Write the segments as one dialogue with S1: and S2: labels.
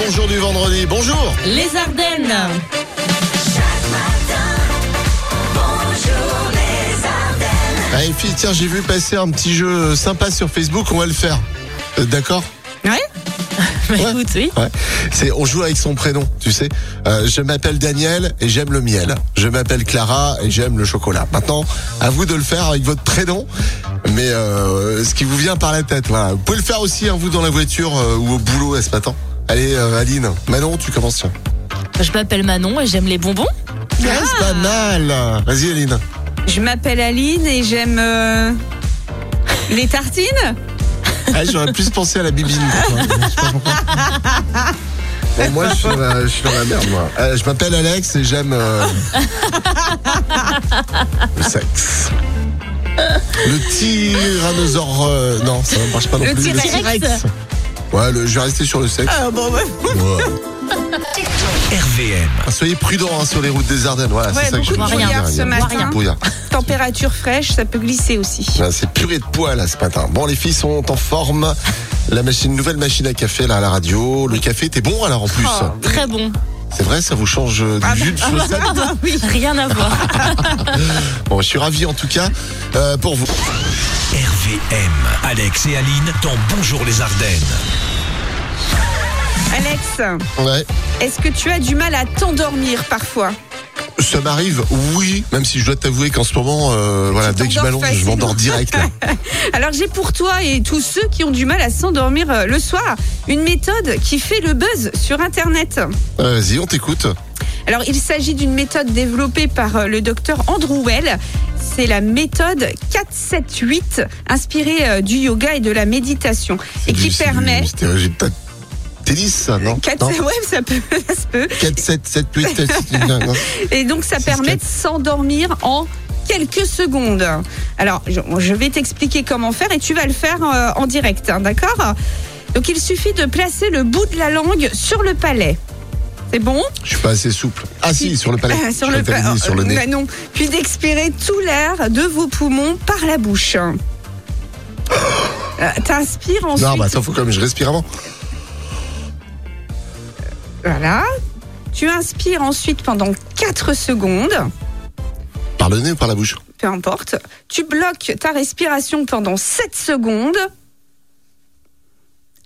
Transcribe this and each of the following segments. S1: 15 jours du vendredi. Bonjour
S2: Les Ardennes.
S1: Allez, Eh, fille, tiens, j'ai vu passer un petit jeu sympa sur Facebook, on va le faire. Euh, D'accord
S2: Ouais Bah
S1: Ouais.
S2: écoute, oui.
S1: Ouais. C'est on joue avec son prénom, tu sais. Euh, je m'appelle Daniel et j'aime le miel. Je m'appelle Clara et j'aime le chocolat. Maintenant, à vous de le faire avec votre prénom, mais euh, ce qui vous vient par la tête. Voilà. Vous pouvez le faire aussi hein, vous dans la voiture euh, ou au boulot là, ce matin. Allez, euh, Aline, Manon, tu commences. tiens.
S2: Je m'appelle Manon et j'aime les bonbons.
S1: Ouais, C'est pas mal. Vas-y, Aline.
S3: Je m'appelle Aline et j'aime euh, les tartines.
S1: Ah, J'aurais plus pensé à la bibine. quoi. Je sais pas pourquoi. Bon, moi, je suis, dans la, je suis dans la merde, moi. Euh, je m'appelle Alex et j'aime euh, le sexe. Le tyrannosaure. euh, non, ça ne marche pas non
S3: Le
S1: plus.
S3: T-Rex. Ah
S1: Ouais, le- je vais rester sur le sexe. Ouais.
S4: RVM.
S1: Ah, Soyez prudents hein, sur les routes des Ardennes. Voilà,
S3: Ouais,
S1: c'est ça que je
S3: beaucoup
S1: voulais
S2: de
S1: dire
S2: brouillard
S1: hier.
S3: ce matin.
S1: Beaucoup de brouillard.
S3: Température fraîche, ça peut glisser aussi.
S1: Ouais, c'est purée de poids là ce matin. Bon, les filles sont en forme. La machine, nouvelle machine à café là à la radio. Le café était bon alors en plus.
S3: Ah.
S2: Oh, très bon.
S1: C'est vrai, ça vous change euh, du jus de
S3: bah.
S1: chaussette.
S2: Rien à voir.
S1: Bon, je suis ravi en tout cas euh, pour vous.
S4: RVM. Alex et Aline dans Bonjour les Ardennes.
S3: Alex,
S1: Ouais.
S3: est-ce que tu as du mal à t'endormir parfois
S1: Ça m'arrive, oui, même si je dois t'avouer qu'en ce moment, euh, voilà, dès que je
S3: t'endors
S1: m'allonge, je
S3: facilement.
S1: m'endors direct. là.
S3: Alors j'ai pour toi et tous ceux qui ont du mal à s'endormir euh, le soir une méthode qui fait le buzz sur Internet.
S1: Euh, Vas-y, on t'écoute.
S3: Alors il s'agit d'une méthode développée par euh, le docteur Andrew Well. C'est la méthode 478 inspirée euh, du yoga et de la méditation et qui
S1: Du- c'est
S3: permet...
S1: du- C'était j'ai peut-être tennis, ça, non
S3: Quatre-
S1: Non.
S3: ouais, ça peut, ça se peut.
S1: 4, 7, 7, 8, 7, non.
S3: Et donc, ça
S1: Six,
S3: permet
S1: quatre.
S3: de s'endormir en quelques secondes. Alors, je, je vais t'expliquer comment faire et tu vas le faire euh, en direct, hein, d'accord Donc, il suffit de placer le bout de la langue sur le palais. C'est bon
S1: Je suis pas assez souple. Ah si,
S3: Si.
S1: sur le palais.
S3: Sur
S1: Je
S3: le
S1: t'avais
S3: palais.
S1: dit, sur le nez.
S3: Bah non. Puis d'expirer tout l'air de vos poumons par la bouche. Euh, T'inspires ensuite.
S1: Non, bah attends, faut quand même que je respire avant.
S3: Voilà. Tu inspires ensuite pendant 4 secondes.
S1: Par le nez ou par la bouche
S3: peu importe. Tu bloques ta respiration pendant 7 secondes.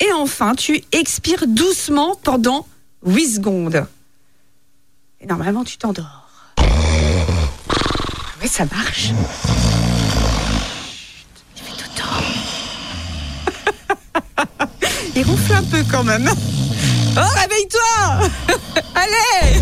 S3: Et enfin, tu expires doucement pendant 8 secondes. Et normalement, tu t'endors. Oui, ça marche. Tu fais tout le temps. Il ronfle un peu quand même. Oh, réveille-toi Allez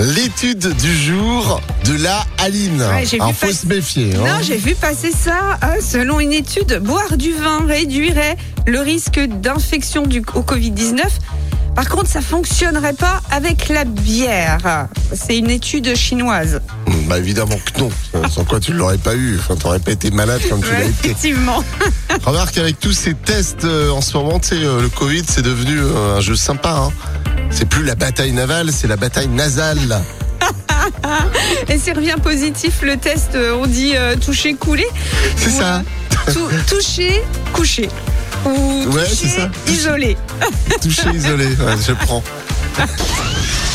S1: L'étude du jour de la Aline.
S3: Ouais, j'ai vu
S1: Alors, faut
S3: pas-
S1: se méfier. hein.
S3: Non, j'ai vu passer ça. hein. Selon une étude, boire du vin réduirait le risque d'infection du au Covid-19. Par contre, ça fonctionnerait pas avec la bière. C'est une étude chinoise.
S1: Bah évidemment que non. Euh, Sans quoi tu l'aurais pas eu. Enfin, t'aurais pas été malade comme tu l'as
S3: Ouais,
S1: été.
S3: effectivement.
S1: Remarque avec tous ces tests euh, en ce moment, tu sais, euh, le Covid, c'est devenu euh, un jeu sympa. Hein. C'est plus la bataille navale, c'est la bataille nasale. là.
S3: Et c'est revient positif le test. euh, On dit euh, toucher, couler.
S1: C'est ça.
S3: Tou- toucher, coucher. Ou
S1: Ouais, c'est
S3: toucher,
S1: ça.
S3: isolé.
S1: Touché isolé, Ouais, je prends.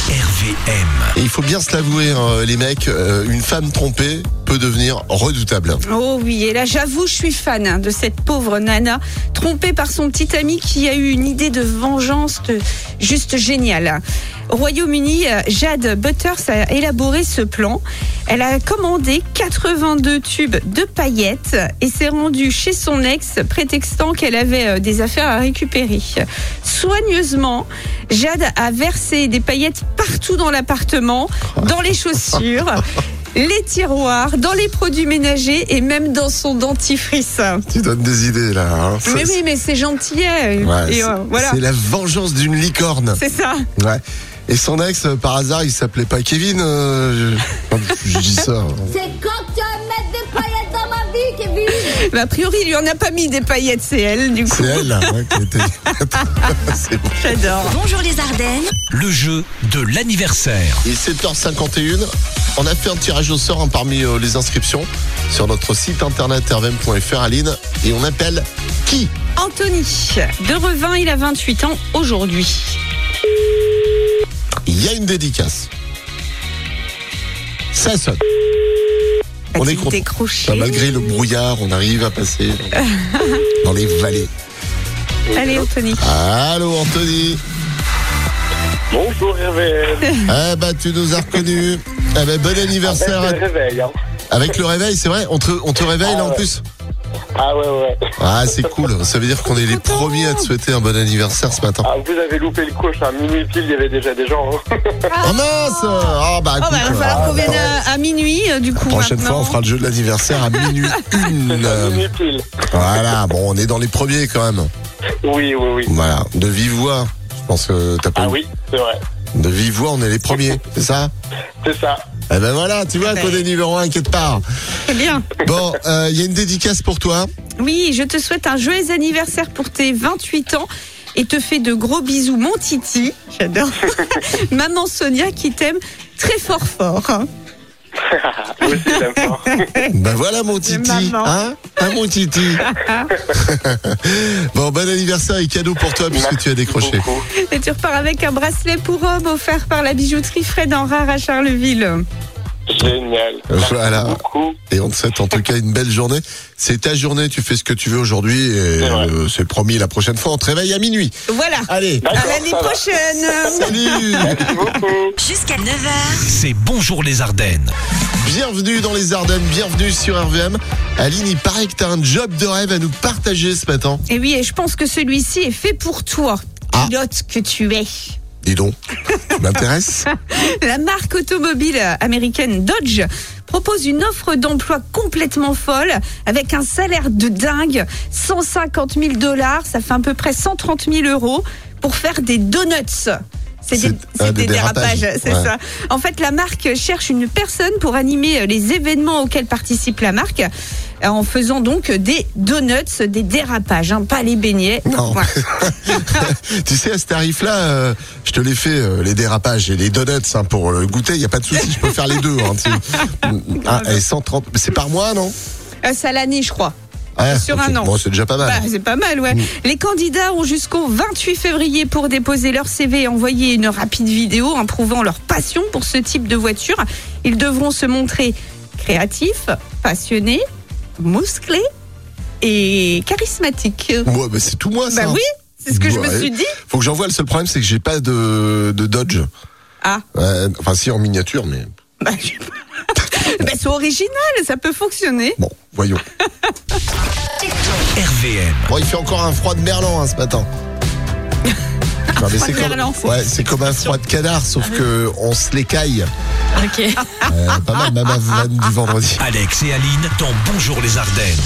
S4: RVM.
S1: Et il faut bien se l'avouer, hein, les mecs, euh, une femme trompée peut devenir redoutable.
S3: Oh oui, et là j'avoue, je suis fan hein, de cette pauvre nana, trompée par son petit ami qui a eu une idée de vengeance de- juste géniale. Au Royaume-Uni, euh, Jade Butters a élaboré ce plan. Elle a commandé 82 tubes de paillettes et s'est rendue chez son ex, prétextant qu'elle avait euh, des affaires à récupérer. Soigneusement, Jade a versé des paillettes partout dans l'appartement, dans les chaussures les tiroirs, dans les produits ménagers et même dans son dentifrice.
S1: Tu donnes des idées là. hein. C'est-
S3: Mais oui, mais c'est gentillet.
S1: Ouais,
S3: et
S1: c'est-
S3: euh, voilà,
S1: c'est la vengeance d'une licorne.
S3: c'est ça.
S1: Ouais. Et son ex, euh, par hasard, il s'appelait pas Kevin. euh, je... je dis ça. hein.
S5: C'est quand tu vas mettre des paillettes dans ma vie, Kevin
S3: Mais a priori, il lui en a pas mis des paillettes, c'est elle, du coup.
S1: C'est elle, hein, qui était. C'est bon.
S3: J'adore.
S5: Bonjour les Ardennes.
S4: Le jeu de l'anniversaire.
S1: Il est 7h51. On a fait un tirage au sort hein, parmi euh, les inscriptions sur notre site internet rvm.fr Aline et on appelle qui
S3: Anthony, de Revin, il a 28 ans aujourd'hui.
S1: Il y a une dédicace. Ça sonne. On est
S3: A-t-il
S1: content.
S3: décroché
S1: Enfin, malgré le brouillard, on arrive à passer dans les vallées.
S3: Allez, Anthony.
S1: Allô Anthony
S6: Bonjour réveil.
S1: Eh ben tu nous as reconnu. Eh ben bon anniversaire
S6: Avec le réveil. Hein.
S1: Avec le réveil, c'est vrai On te, on te réveille là en plus
S6: Ah ouais ouais.
S1: Ah, c'est cool. Ça veut dire qu'on est les premiers à te souhaiter un bon anniversaire ce matin.
S6: Ah vous avez loupé le coche à minuit pile, il y avait déjà des gens. hein.
S1: Oh mince Oh bah
S3: Ah. Oh,
S1: écoute.
S3: bah, il va falloir qu'on vienne à, à minuit, euh, du coup.
S1: bah, La prochaine fois, on
S3: maintenant.
S1: fera le jeu de l'anniversaire à minuit une.
S6: À minuit pile.
S1: Voilà, bon, on est dans les premiers quand même.
S6: Oui oui oui.
S1: Voilà, de vive voix. Je pense que t'as pas
S6: Ah
S1: eu-
S6: oui, c'est vrai.
S1: De vive voix, on est les premiers, c'est ça
S6: C'est ça.
S1: Eh ben voilà, tu
S3: Ah
S1: vois qu'on est numéro un, inquiète pas.
S3: Très bien.
S1: Bon, euh, il y a une dédicace pour toi.
S3: Oui, je te souhaite un joyeux anniversaire pour tes 28 ans et te fais de gros bisous, mon Titi. J'adore. Maman Sonia qui t'aime très fort, fort. hein.
S6: Vous aussi j'aime fort.
S1: Ben voilà mon titi,
S3: maman.
S1: hein Hein mon titi Bon, bon anniversaire et cadeau pour toi puisque tu as décroché.
S6: Beaucoup.
S3: Et tu repars avec un bracelet pour homme offert par la bijouterie Fred en rare à Charleville.
S6: Génial. Merci
S1: Euh, Voilà.
S6: Beaucoup.
S1: Et on te souhaite en tout cas une belle journée. C'est ta journée, tu fais ce que tu veux aujourd'hui et
S6: C'est vrai.
S1: euh, c'est promis la prochaine fois on te réveille à minuit.
S3: Voilà.
S1: Allez,
S3: À
S6: D'accord,
S3: l'année
S6: ça va.
S3: prochaine.
S1: salut
S6: Merci beaucoup.
S5: Jusqu'à 9h.
S4: C'est Bonjour les Ardennes.
S1: Bienvenue dans les Ardennes, bienvenue sur RVM. Aline, il paraît que t'as un job de rêve à nous partager ce matin.
S3: Et oui, et je pense que celui-ci est fait pour toi.
S1: Ah.
S3: Pilote que tu es.
S1: Dis donc, tu m'intéresses
S3: La marque automobile américaine Dodge propose une offre d'emploi complètement folle avec un salaire de dingue, 150 000 dollars, ça fait à peu près 130 000 euros pour faire des donuts. C'est des,
S1: C'est- ah,
S3: c'est
S1: des
S3: des dérapages,
S1: dérapages,
S3: c'est
S1: ouais.
S3: ça. En fait, la marque cherche une personne pour animer les événements auxquels participe la marque euh, en faisant donc des donuts, des dérapages, hein, pas les beignets.
S1: Non.
S3: Ouais.
S1: Tu sais, à ce tarif-là, euh, je te les fais, euh, les dérapages et les donuts hein, pour le goûter, il n'y a pas de souci, je peux faire les deux. Hein, tu- Ah, et 130, c'est par mois, non
S3: Euh, ça l'année, je crois.
S1: Ouais,
S3: Sur
S1: ok.
S3: un an.
S1: Bon, c'est déjà pas mal.
S3: Bah, c'est pas mal, ouais. Les candidats ont jusqu'au 28 février pour déposer leur CV et envoyer une rapide vidéo en prouvant leur passion pour ce type de voiture. Ils devront se montrer créatifs, passionnés, musclés et charismatiques.
S1: Ouais, bah, c'est tout moi, ça.
S3: Bah oui, c'est ce que je
S1: Ouais.
S3: me suis dit.
S1: Faut que j'envoie, le seul problème, c'est que j'ai pas de, de Dodge.
S3: Ah,
S1: Ouais, enfin, si, en miniature, mais
S3: bah, je- Bah, c'est original, ça peut fonctionner.
S1: bon, voyons.
S4: RVM.
S1: Bon, il fait encore un froid de Merlan hein, ce matin. Non, mais
S3: froid
S1: c'est
S3: de
S1: comme,
S3: Merlan, c'est-
S1: ouais, c'est comme un froid de canard, sauf que on se l'écaille.
S2: Ok.
S3: Ah,
S1: Euh, pas mal, même à vanne du vendredi.
S4: Alex et Aline dans Bonjour les Ardennes.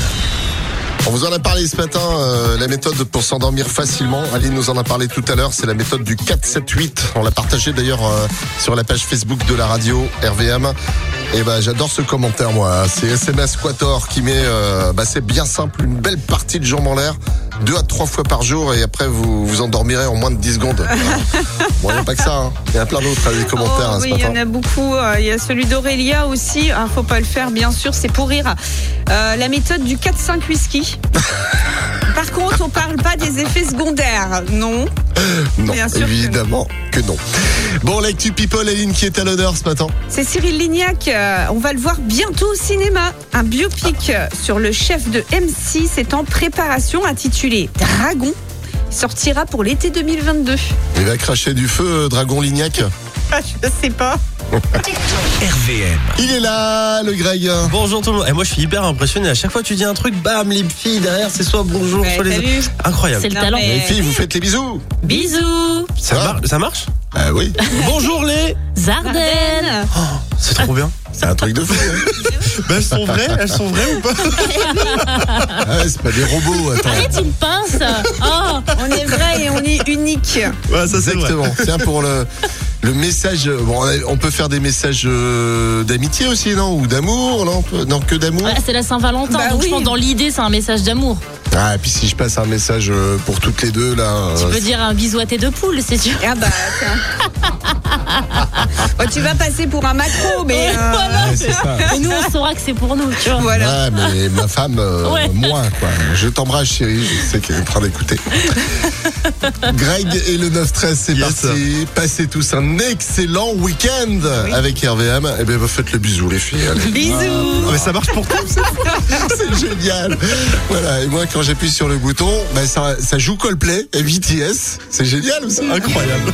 S1: On vous en a parlé ce matin, euh, la méthode pour s'endormir facilement. Aline nous en a parlé tout à l'heure, c'est la méthode du 4-7-8. On l'a partagée d'ailleurs euh, sur la page Facebook de la radio RVM. Et ben j'adore ce commentaire moi. C'est SMS Quator qui met, euh, bah, c'est bien simple, une belle partie de jambes en l'air, deux à trois fois par jour et après vous vous endormirez en moins de 10 secondes. bon, il n'y a pas que ça, hein. il y en a plein d'autres euh, des commentaires hein, ce
S3: Oh, oui, il y
S1: matin.
S3: en a beaucoup. Euh, Il y a celui d'Aurélia aussi. Ah, faut pas le faire, bien sûr, c'est pour rire. Euh, la méthode du 4-5 whisky. Par contre, on parle pas des effets secondaires, non
S1: Non,
S3: Bien sûr que non.
S1: évidemment que non. Bon, l'actu people, Aline qui est à l'honneur ce matin.
S3: C'est Cyril Lignac. euh, on va le voir bientôt au cinéma. Un biopic euh, sur le chef de M6 est en préparation, intitulé Dragon. Il sortira pour l'été 2022.
S1: Il va cracher du feu, euh, Dragon Lignac.
S3: Ah, je sais pas.
S4: RVM.
S1: Il est là, le Greg.
S7: Bonjour tout le monde. Et moi je suis hyper impressionné. À chaque fois que tu dis un truc, bam, les filles derrière, c'est soit bonjour,
S3: Ouais,
S7: soit
S3: t'as
S7: les.
S3: vu
S7: Incroyable.
S2: C'est le
S3: Non,
S2: talent.
S7: Eh
S1: Les
S3: mais-
S1: filles, vous faites les bisous.
S2: Bisous.
S7: Ça,
S1: Ah.
S7: mar- ça marche
S1: Ah oui,
S7: Bonjour les.
S2: Zarden.
S7: C'est trop bien.
S1: c'est un truc de fou. hein.
S7: Bah, elles sont vraies, elles sont vraies ou pas
S1: Ah ouais, c'est pas des robots, attends.
S2: Arrête, il me pince. Oh.
S3: On est vrai et on est unique.
S7: Ouais, ça c'est vrai.
S1: Exactement. Tiens, pour le, le message. euh, Bon, on peut faire des messages euh, d'amitié aussi, non Ou d'amour, non Non, que d'amour.
S2: Ouais, c'est la Saint-Valentin,
S3: Bah
S2: donc
S3: oui.
S2: je pense dans l'idée c'est un message d'amour.
S1: Ah, et puis si je passe un message euh, pour toutes les deux, là.
S2: Tu
S1: euh,
S2: peux dire un bisou à tes deux poules, c'est sûr.
S3: Ah bah tiens. Bon, tu vas passer pour un macro, mais euh,
S1: ouais, c'est ça.
S2: Et nous on saura que c'est pour nous, tu vois.
S3: voilà.
S1: Ouais, mais ma femme, euh,
S2: Ouais.
S1: moins, quoi. Je t'embrasse, chérie, je sais qu'elle est en train d'écouter. Greg et le 9-13, c'est
S7: Yes.
S1: parti. Passez tous un excellent week-end avec RVM. Eh bien, faites le bisou, les filles. allez. Ah.
S3: Bisous.
S7: Ah, Mais ça marche pour tout.
S1: C'est génial. Voilà, et moi, quand ben, j'appuie sur le bouton, bah, ça, ça joue Coldplay et BTS. C'est génial aussi.
S7: Incroyable.